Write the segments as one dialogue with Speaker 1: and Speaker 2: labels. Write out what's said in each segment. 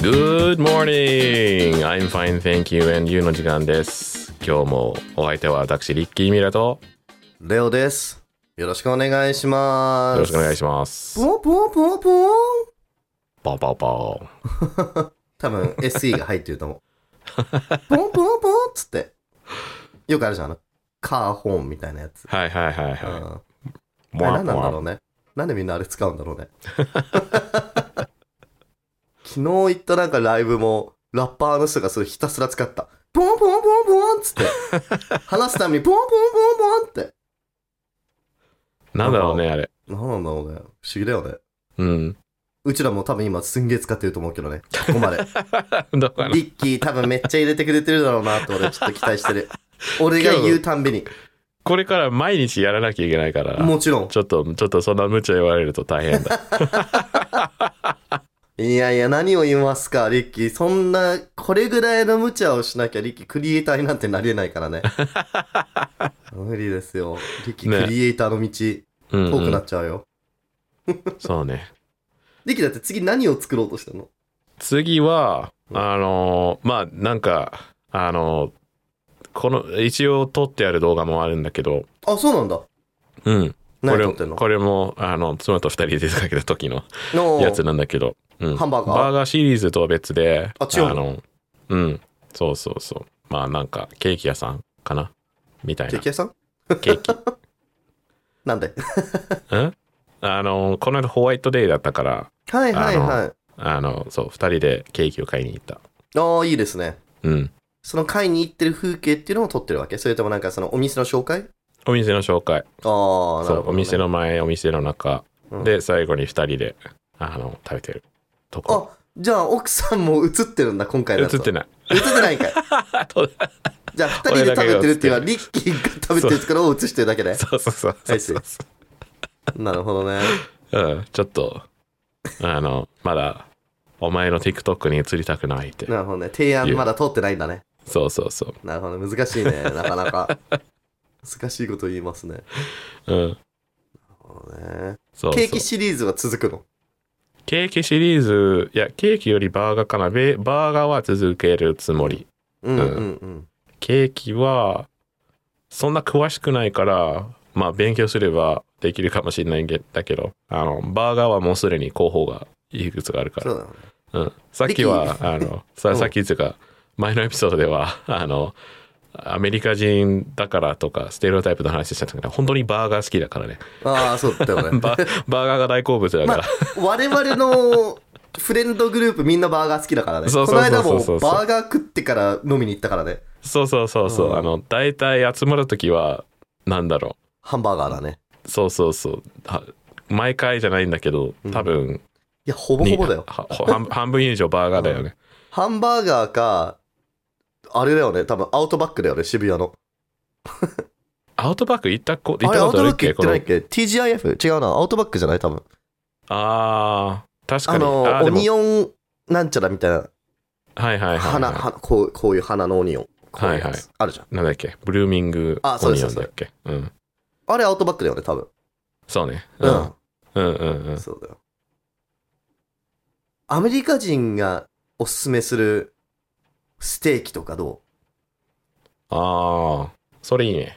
Speaker 1: Good morning! I'm fine, thank you, and you の時間です。今日もお相手は私、リッキー・ミラと、
Speaker 2: レオです。よろしくお願いしま
Speaker 1: よ
Speaker 2: す。
Speaker 1: ろしくお願い
Speaker 2: し
Speaker 1: します。
Speaker 2: ます。ぷおぷおぷおぷおん
Speaker 1: パオパオパオ。
Speaker 2: 多分 SE が入ってると思 う。ぷおぷおぷおんっつって。よくあるじゃん、あの、カーホーンみたいなやつ。
Speaker 1: はいはいはい
Speaker 2: うん。
Speaker 1: は
Speaker 2: あ
Speaker 1: い。
Speaker 2: れ
Speaker 1: もわ
Speaker 2: 何
Speaker 1: も
Speaker 2: なんだ
Speaker 1: わ
Speaker 2: ろうね。なんでみんなあれ使うんだろうね。 昨日行ったなんかライブも、ラッパーの人がそれひたすら使った。ぷおぷおぷおぷおんっつって。 話すためにぷおぷおぷおぷおんって。
Speaker 1: なんだろうね、あれ。
Speaker 2: 何なんだろうね。不思議だよね。
Speaker 1: うん。
Speaker 2: うちらも多分今すんげえ使ってると思うけどね。ここ まで。
Speaker 1: どうかな。
Speaker 2: リッキー多分めっちゃ入れてくれてるだろうなと俺ちょっと期待してる。俺が言うたんびに。
Speaker 1: これから毎日やらなきゃいけないから、
Speaker 2: もちろん。
Speaker 1: ちょっと、ちょっとそんな無茶言われると大変 だ。
Speaker 2: いやいや、何を言いますか、リッキー。そんな、これぐらいの無茶をしなきゃリッキークリエイターになんてなりえないか らね。無理ですよ。リッキー
Speaker 1: ね
Speaker 2: クリエイターの道、
Speaker 1: うん、
Speaker 2: 遠く
Speaker 1: う。
Speaker 2: なんっちゃうよ。
Speaker 1: そうね。
Speaker 2: リッキーだって次何を作ろうとしてんの
Speaker 1: 次は、
Speaker 2: うん
Speaker 1: あのーまあ、なんか、あのーこの、一応撮ってある動画もあるんだけど、
Speaker 2: あ、そうなんだ。
Speaker 1: うん。こ
Speaker 2: 何
Speaker 1: れ
Speaker 2: 撮ってんの
Speaker 1: これも、あの、妻と二人で出かけた時の
Speaker 2: の
Speaker 1: やつなんだけど、うん
Speaker 2: ハンバーガー
Speaker 1: バーガーシリーズとは別で、
Speaker 2: あ違うの
Speaker 1: の、うん、そうそうそう。まあなんか、ケーキ屋さんかなみたい
Speaker 2: ケ
Speaker 1: な。
Speaker 2: ーキ屋さん
Speaker 1: ケーキ。
Speaker 2: なんで
Speaker 1: うんあの、この間ホワイトデーだったから、
Speaker 2: はいはいはい。
Speaker 1: あの、そう、二人でケーキを買いに行った。
Speaker 2: ああ、いいですね。
Speaker 1: うん。
Speaker 2: その会に行ってる風景っていうのを撮ってるわけそれともなんかそのお店の紹介
Speaker 1: お店の紹介。
Speaker 2: ああ、な
Speaker 1: そ
Speaker 2: るほど、ね。
Speaker 1: う、お店。の前、お店の中。
Speaker 2: うん
Speaker 1: で、最後に二人で、あの、食べてるとこ。
Speaker 2: あ、じゃあ奥さんも映ってるんだ、今回の
Speaker 1: 映
Speaker 2: やつ
Speaker 1: っ
Speaker 2: は。
Speaker 1: てない。
Speaker 2: 映ってないんかい。
Speaker 1: そう
Speaker 2: じゃあ二人で食べてるっていうのは、リッキーが食べてるところを映してるだけで。
Speaker 1: そうそうそう。そうそうそう
Speaker 2: なるほどね。
Speaker 1: うん、ちょっと、あの、まだ、お前の TikTok に映りたくないって。
Speaker 2: なるほどね。提案まだ通ってないんだね。
Speaker 1: そうそうそ
Speaker 2: なるほどね。難しい ね。なかなか。難しいこと言いますね。なる
Speaker 1: う。うん。
Speaker 2: ほどね。
Speaker 1: そうそう
Speaker 2: ケーキシリーズは続くの。
Speaker 1: ケーキシリーズ、いや、ケーキよりバーガーかな。ベバーガーは続けるつもり。
Speaker 2: うんうんうん。
Speaker 1: ケーキは、そんな詳しくないから、まあ、勉強すればできるかもしれないんだけど、あの、バーガーはもうすでに候補がいくつがあるから
Speaker 2: そう。だよね。
Speaker 1: うん、さっきはあの
Speaker 2: う
Speaker 1: さ
Speaker 2: ん
Speaker 1: さっきっていうか前のエピソードでは あのアメリカ人だからとかステレオタイプの話したんだけど本当にバーガー好きだから ね
Speaker 2: ああ、そうだよね。
Speaker 1: ババーガーが大好物だか
Speaker 2: まあ
Speaker 1: ら、、
Speaker 2: 我々のフレンドグループみんなバーガー好きだからね。
Speaker 1: そう
Speaker 2: こ
Speaker 1: そうそう
Speaker 2: の
Speaker 1: そう
Speaker 2: 間も
Speaker 1: そう
Speaker 2: バーガー食ってから飲みに行ったからね。
Speaker 1: そうそうそうそう、
Speaker 2: うん
Speaker 1: あの大体集まる時はなんだろ
Speaker 2: ハンバーガーだね。
Speaker 1: うそうそうそうは毎回じゃないんだけど多分、
Speaker 2: いや、ほぼほぼだよ
Speaker 1: に。は半半分以上バーガーだよね、
Speaker 2: ハンバーガーか、あれだよね。多分アウトバックだよね、渋谷の。
Speaker 1: アウトバック行ったこ行
Speaker 2: あ
Speaker 1: っ
Speaker 2: れ、
Speaker 1: たこ
Speaker 2: アウ
Speaker 1: とあ
Speaker 2: ト
Speaker 1: るっ
Speaker 2: バック
Speaker 1: け
Speaker 2: 行ってないっけ ?TGIF? 違うな。アウトバックじゃない多分。
Speaker 1: このあー確か
Speaker 2: あ
Speaker 1: に
Speaker 2: の、
Speaker 1: あー
Speaker 2: オ
Speaker 1: でも
Speaker 2: ニオンなんちゃらみたいな。
Speaker 1: はいはいはい、はい、
Speaker 2: 花、花こう、こういう花のオニオン。こううやつ
Speaker 1: はいはい
Speaker 2: あるじゃん。
Speaker 1: なんだっけブルーミング
Speaker 2: あ
Speaker 1: オ
Speaker 2: そうで
Speaker 1: ニ
Speaker 2: す
Speaker 1: オンだっけうん。
Speaker 2: あれ、アウトバックだよね、多分。
Speaker 1: そうね。う
Speaker 2: うんん。。
Speaker 1: うんうんうん。
Speaker 2: そうだよ。アメリカ人がおすすめするステーキとかど
Speaker 1: ああ、それいいね。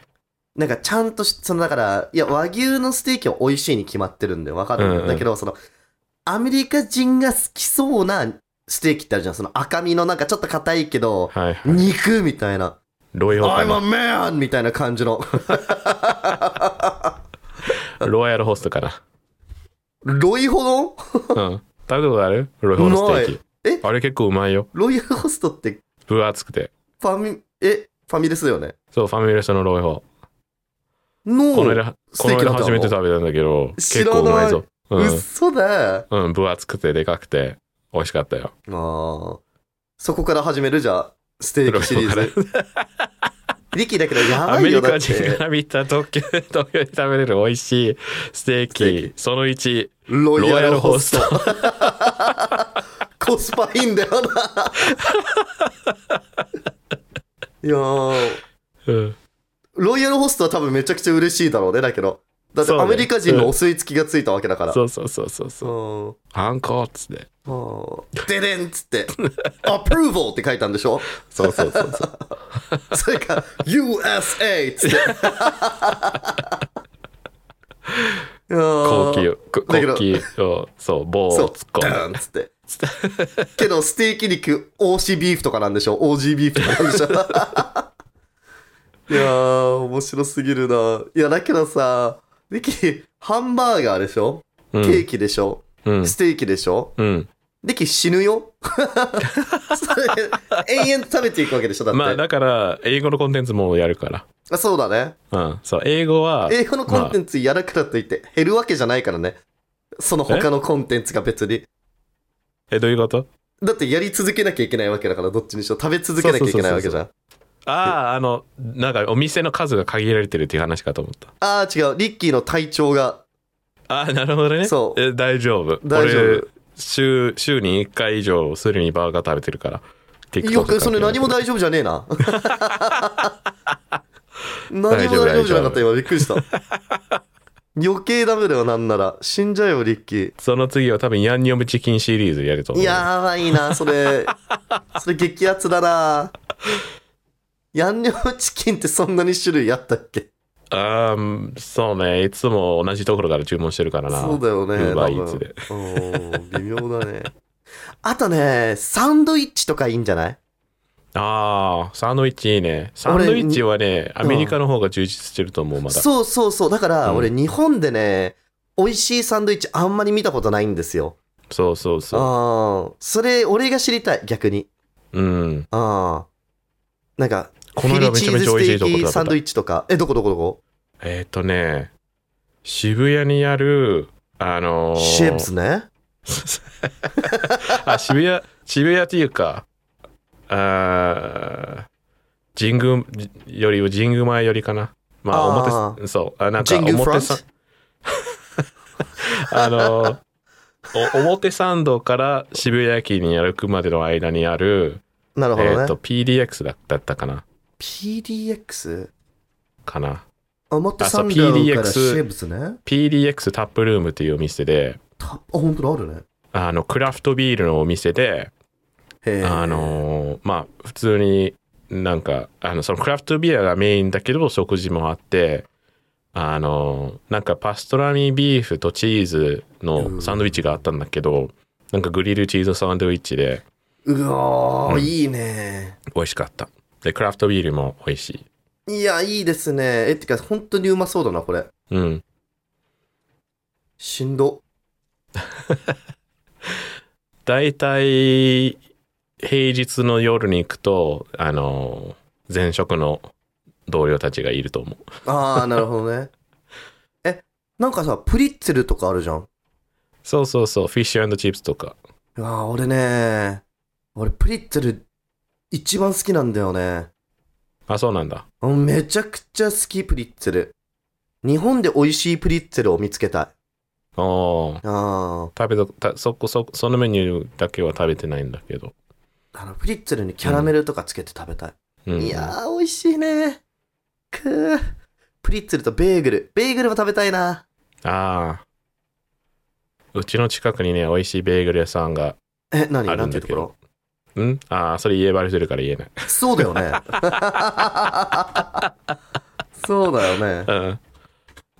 Speaker 2: うなんかちゃんとし、そのだから、いや、和牛のステーキは美味しいに決まってるんでわか
Speaker 1: うん
Speaker 2: る
Speaker 1: うんん
Speaker 2: だけど、その、アメリカ人が好きそうなステーキってあるじゃん。その赤身のなんかちょっと硬いけど、
Speaker 1: はいはい。
Speaker 2: 肉みたいな。
Speaker 1: ロイヤル
Speaker 2: I'm
Speaker 1: か
Speaker 2: a man! みたいな感じの。
Speaker 1: な。ロイヤルホストかな。
Speaker 2: ロ イホの
Speaker 1: うん。食べたことあるロイホのステーキ。
Speaker 2: え
Speaker 1: あれ結構うまいよ。
Speaker 2: ロイヤルホストって
Speaker 1: 分厚くて。
Speaker 2: ファミ、え、ファミレスだよね。
Speaker 1: そう、ファミレスのロイホ。
Speaker 2: の
Speaker 1: この間、
Speaker 2: ス
Speaker 1: こ
Speaker 2: テ
Speaker 1: の
Speaker 2: ーキ
Speaker 1: 間初め
Speaker 2: だったの
Speaker 1: て食べたんだけど、
Speaker 2: 知
Speaker 1: 結
Speaker 2: らない
Speaker 1: 構うまいぞ。うん。
Speaker 2: 嘘だ。
Speaker 1: うん、分厚くてでかくて、美味しかったよ。
Speaker 2: ああ。そこから始めるじゃあ、ステーキシリー
Speaker 1: ロイ
Speaker 2: ズ。 リキだけどや
Speaker 1: ア
Speaker 2: ば
Speaker 1: メ
Speaker 2: いよ
Speaker 1: リ
Speaker 2: だ
Speaker 1: カ
Speaker 2: っ
Speaker 1: 人
Speaker 2: て。
Speaker 1: が見た東京、 東京で食べれる美味しいステーキ、
Speaker 2: ステ
Speaker 1: その1、
Speaker 2: ロ
Speaker 1: ロイ
Speaker 2: イヤ
Speaker 1: ヤル
Speaker 2: ル
Speaker 1: ホ
Speaker 2: ホ
Speaker 1: ス
Speaker 2: ス
Speaker 1: ト
Speaker 2: ト。。コスパいいんだ よな。いやー
Speaker 1: うん
Speaker 2: ロイヤルホストは多分めちゃくちゃ嬉しいだろうね、だけど。だって
Speaker 1: そうね
Speaker 2: アメリカ人のお墨付きがついたわけだから。
Speaker 1: そうそうそうそうそう。
Speaker 2: うん
Speaker 1: ハンコっつって。
Speaker 2: うんでれんっつ って、アプローバルって書いたんでしょ
Speaker 1: そうそうそうそう。
Speaker 2: それか、USA! っつって。
Speaker 1: 高
Speaker 2: 高
Speaker 1: 級、こ
Speaker 2: だけど
Speaker 1: 高級を、そう、棒を
Speaker 2: そう、
Speaker 1: 突っ込
Speaker 2: ダ
Speaker 1: ん
Speaker 2: ン
Speaker 1: で。
Speaker 2: っつって。けど、ステーキ肉、OC ビーフとかなんでしょ ?OG ビーフとかなんでしょいやー、面白すぎるな。いや、だけどさ、リキ、ハンバーガーでしょ
Speaker 1: うん
Speaker 2: ケーキでしょ、
Speaker 1: うん
Speaker 2: ステーキでしょ
Speaker 1: うん。
Speaker 2: リキ、死ぬよ それ永遠と食べていくわけでしょだって。
Speaker 1: まあ、だから、英語のコンテンツもやるから。
Speaker 2: あそうだね。
Speaker 1: うん。そう、英語は、
Speaker 2: 英語のコンテンツやらからといって減るわけじゃないからね。その他のコンテンツが別に。
Speaker 1: え、どういうこと
Speaker 2: だってやり続けなきゃいけないわけだから、どっちにしろ食べ続けなきゃいけないわけじゃん。
Speaker 1: ああ、あの、なんかお店の数が限られてるっていう話かと思った。
Speaker 2: ああ、違う。リッキーの体調が。
Speaker 1: ああ、なるほどね。
Speaker 2: そう
Speaker 1: え大丈夫。
Speaker 2: 大丈夫
Speaker 1: 俺週、週に1回以上、するにバーガー食べてるから。TikTok
Speaker 2: よく、そ
Speaker 1: 関係ない
Speaker 2: れ何も大丈夫じゃねえな。 何も大丈夫じゃなかった、今。びっくりした。余計ダメだよ、なんなら。死んじゃうよ、リッキー。
Speaker 1: その次は多分、ヤンニョムチキンシリーズやると思う。
Speaker 2: やばいな、それ。それ激アツだ な。ヤンニョムチキンってそんなに種類あったっけ
Speaker 1: あーそうね。いつも同じところから注文してるからな。
Speaker 2: そうだよね。
Speaker 1: Uber
Speaker 2: 多分
Speaker 1: Eats で
Speaker 2: うん、微妙だね。 あとね、サンドイッチとかいいんじゃない
Speaker 1: ああ、サンドイッチいいね。サンドイッチはね、アメリカの方が充実してると思う、まだ。
Speaker 2: そうそうそう。だから、
Speaker 1: うん
Speaker 2: 俺日本でね、美味しいサンドイッチあんまり見たことないんですよ。
Speaker 1: そうそうそ
Speaker 2: ああ、それ俺が知りたい、逆に。
Speaker 1: う。うん。
Speaker 2: ああ。なんか、
Speaker 1: この間めちゃめちゃ美味しいとこ
Speaker 2: フィリチーズステーキ
Speaker 1: だ
Speaker 2: サ
Speaker 1: っ
Speaker 2: ン
Speaker 1: た
Speaker 2: ドイ。ッチとか。え、どこどこどこ
Speaker 1: えっ、とね、渋谷にある、あのー
Speaker 2: シェプスね。
Speaker 1: あ、渋谷、渋谷っていうか、あー神宮より、神宮前よりかな。まあ、表
Speaker 2: あ
Speaker 1: す、そう、あなんか
Speaker 2: 神宮フロ
Speaker 1: 表
Speaker 2: ント
Speaker 1: さ、 あのーお表参道から渋谷駅に歩くまでの間にある、
Speaker 2: なるほ
Speaker 1: えっ、と、
Speaker 2: どね。
Speaker 1: PDX だだったかな
Speaker 2: PDX?
Speaker 1: かな。
Speaker 2: あ、もっと
Speaker 1: あそ
Speaker 2: サ
Speaker 1: う
Speaker 2: ンドから
Speaker 1: PDX
Speaker 2: シェプスね。
Speaker 1: PDX タップルームっていうお店で、
Speaker 2: たあ、本当だ、あるね。
Speaker 1: あの、クラフトビールのお店で、
Speaker 2: へえ。
Speaker 1: あのーまあ、普通になんか、あの、そのクラフトビアがメインだけど、食事もあって、あのーなんかパストラミビーフとチーズのサンドイッチがあったんだけど、なんかグリルチーズサンドイッチで
Speaker 2: うわー、
Speaker 1: うん
Speaker 2: いいね。
Speaker 1: 美味しかった。で、クラフトビールも美味しい。
Speaker 2: いや、いいですね。え、ってか、本当にうまそうだな、これ。
Speaker 1: うん。
Speaker 2: しんど。
Speaker 1: 大体、平日の夜に行くと、あのー前職の同僚たちがいると思う。
Speaker 2: あー、なるほどね。 え、なんかさ、プリッツェルとかあるじゃん。
Speaker 1: そうそうそう、フィッシュチップスとか。
Speaker 2: あー、俺ね。俺、プリッツェル、一番好きなんだよね。
Speaker 1: あ、そうなんだ。
Speaker 2: うんめちゃくちゃ好き、プリッツェル。日本で美味しいプリッツェルを見つけたい。
Speaker 1: おお。
Speaker 2: あー
Speaker 1: 食べたたそこそこそのメニューだけは食べてないんだけど、
Speaker 2: あの、プリッツェルにキャラメルとかつけて食べたい。
Speaker 1: うん、
Speaker 2: いやー、美味しいね。くー。プリッツェルとベーグル。ベーグルも食べたいな。
Speaker 1: ああうちの近くにね美味しいベーグル屋さんが
Speaker 2: え、何
Speaker 1: あ
Speaker 2: な
Speaker 1: る
Speaker 2: ん
Speaker 1: ん
Speaker 2: てい
Speaker 1: だ
Speaker 2: うと
Speaker 1: け
Speaker 2: こ
Speaker 1: ど
Speaker 2: ろ
Speaker 1: んああそれ言えばれてるから言えない、
Speaker 2: そうだよね。そうだよね。
Speaker 1: うん、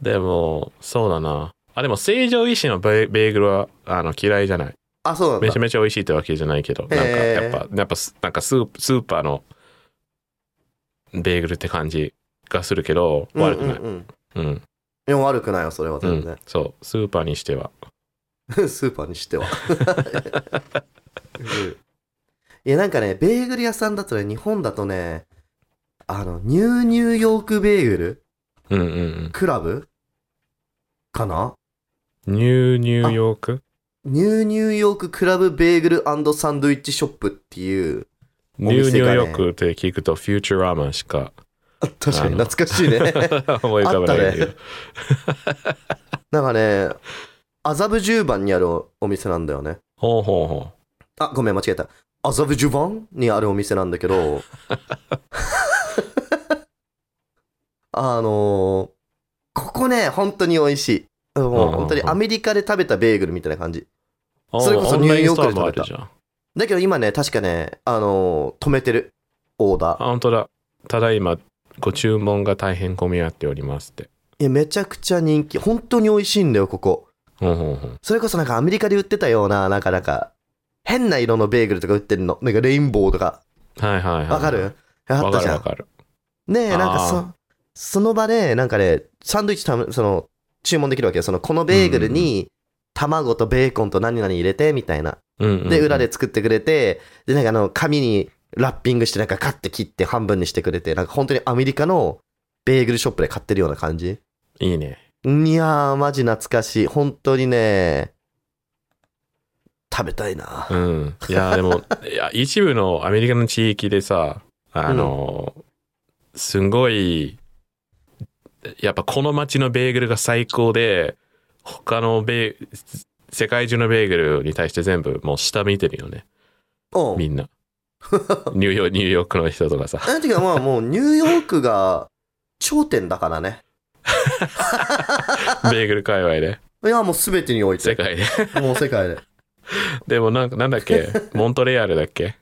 Speaker 1: でもそうだなあでも成城石井のベーベーグルはあの嫌いじゃない
Speaker 2: あ、そうなん
Speaker 1: め
Speaker 2: だ
Speaker 1: ちゃ。めちゃ美味しいってわけじゃないけどなんか
Speaker 2: へー
Speaker 1: やっぱやっぱスなんかスープスーパーのベーグルって感じがするけど悪くない、
Speaker 2: うんうんうん。
Speaker 1: うん
Speaker 2: でも悪くないよ、それは
Speaker 1: う
Speaker 2: 全
Speaker 1: ん
Speaker 2: 然。
Speaker 1: そうスーパーにしては
Speaker 2: スーパーにしては。うんいや、なんかね、ベーグル屋さんだとね、日本だとね、あの、ニューニューヨークベーグル
Speaker 1: うんうんうん
Speaker 2: クラブかな
Speaker 1: ニューニューヨーク
Speaker 2: ニューニューヨーククラブベーグルサンドイッチショップっていう。
Speaker 1: ニューニ
Speaker 2: 店
Speaker 1: ュ
Speaker 2: が
Speaker 1: ーヨ
Speaker 2: ね
Speaker 1: ークって聞くとフューチュラーマンし か
Speaker 2: 確
Speaker 1: かに
Speaker 2: 懐かしいね。
Speaker 1: 思い浮かばないんだけど。
Speaker 2: なんかね、麻布十番にあるお店なんだよね。
Speaker 1: ほうほうほ
Speaker 2: あ、ごめん、間違えた。麻布十番にあるお店なんだ けど、あのここね、本当に美味しい。
Speaker 1: うんうん
Speaker 2: も
Speaker 1: う
Speaker 2: うん本当にアメリカで食べたベーグルみたいな感じ。
Speaker 1: あ
Speaker 2: それこそ
Speaker 1: オンライン
Speaker 2: ニューヨークで
Speaker 1: ストアもある
Speaker 2: 食べた
Speaker 1: じゃん。あ、
Speaker 2: だけど今ね、確かね、あのー止めてる。オーダー。
Speaker 1: 本当だ。ただいま、ご注文が大変混み合っておりますって。
Speaker 2: いや、めちゃくちゃ人気。本当に美味しいんだよ、ここ。
Speaker 1: うんうんうん。
Speaker 2: それこそなんかアメリカで売ってたような、なんかなんか、変な色のベーグルとか売ってるの。なんかレインボーとか。
Speaker 1: はいはいはい。
Speaker 2: わかるあ
Speaker 1: わ
Speaker 2: った
Speaker 1: か
Speaker 2: じ
Speaker 1: る
Speaker 2: ゃ
Speaker 1: わ
Speaker 2: ん。
Speaker 1: かる。
Speaker 2: ねえ、なんか
Speaker 1: あ
Speaker 2: そ、その場で、なんかね、サンドイッチたその、注文できるわけよ。その、このベーグルに、卵とベーコンと何々入れて、みたいな。
Speaker 1: うんうんうん
Speaker 2: で、裏。で作ってくれて、で、なんかあの、紙にラッピングして、なんかカッて切って半分にしてくれて、なんか本当にアメリカのベーグルショップで買ってるような感じ。
Speaker 1: いいね。
Speaker 2: いやー、マジ懐かしい。本当にね、食べたいな。
Speaker 1: うん。いや、でも、いや、一部のアメリカの地域でさ、あの、すんごい、やっぱこの街のベーグルが最高で、他のベー、世界中のベーグルに対して全部もう下見てるよね。
Speaker 2: うん。
Speaker 1: みんな。ニューヨーク、ニューヨークの人とかさ。
Speaker 2: あの時はまあもうニューヨークが頂点だからね。
Speaker 1: ベーグル界隈で。
Speaker 2: いやもう全てにおい
Speaker 1: 世
Speaker 2: て。
Speaker 1: 界で。
Speaker 2: もう世界で。
Speaker 1: でもなんか、なんだっけモントレアルだっけ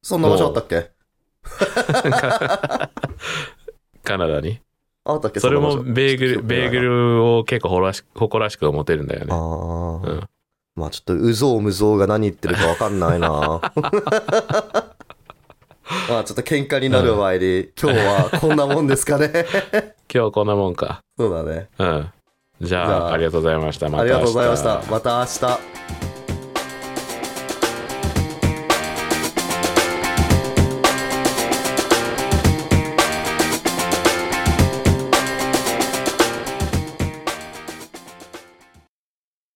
Speaker 2: そんな場所あったっけ
Speaker 1: カナダに。
Speaker 2: あったっけ
Speaker 1: それも
Speaker 2: んな場所
Speaker 1: ベーグ
Speaker 2: ちょ
Speaker 1: ル、
Speaker 2: っと記憶
Speaker 1: ベ
Speaker 2: な
Speaker 1: ー
Speaker 2: い
Speaker 1: グ
Speaker 2: な
Speaker 1: ルを結構誇らし誇らしく思ってるんだよね。
Speaker 2: ああ、
Speaker 1: うん
Speaker 2: まあちょっと、うぞうむぞうが何言ってるかわかんない な。まあちょっと喧嘩になる前に、今日はこんなもんですかね。
Speaker 1: 今日こんなもんか。
Speaker 2: そうだね。
Speaker 1: うん。じゃあ、
Speaker 2: じゃあ
Speaker 1: ありがとうございました。また
Speaker 2: ありがとうございました
Speaker 1: 明日。
Speaker 2: また明日。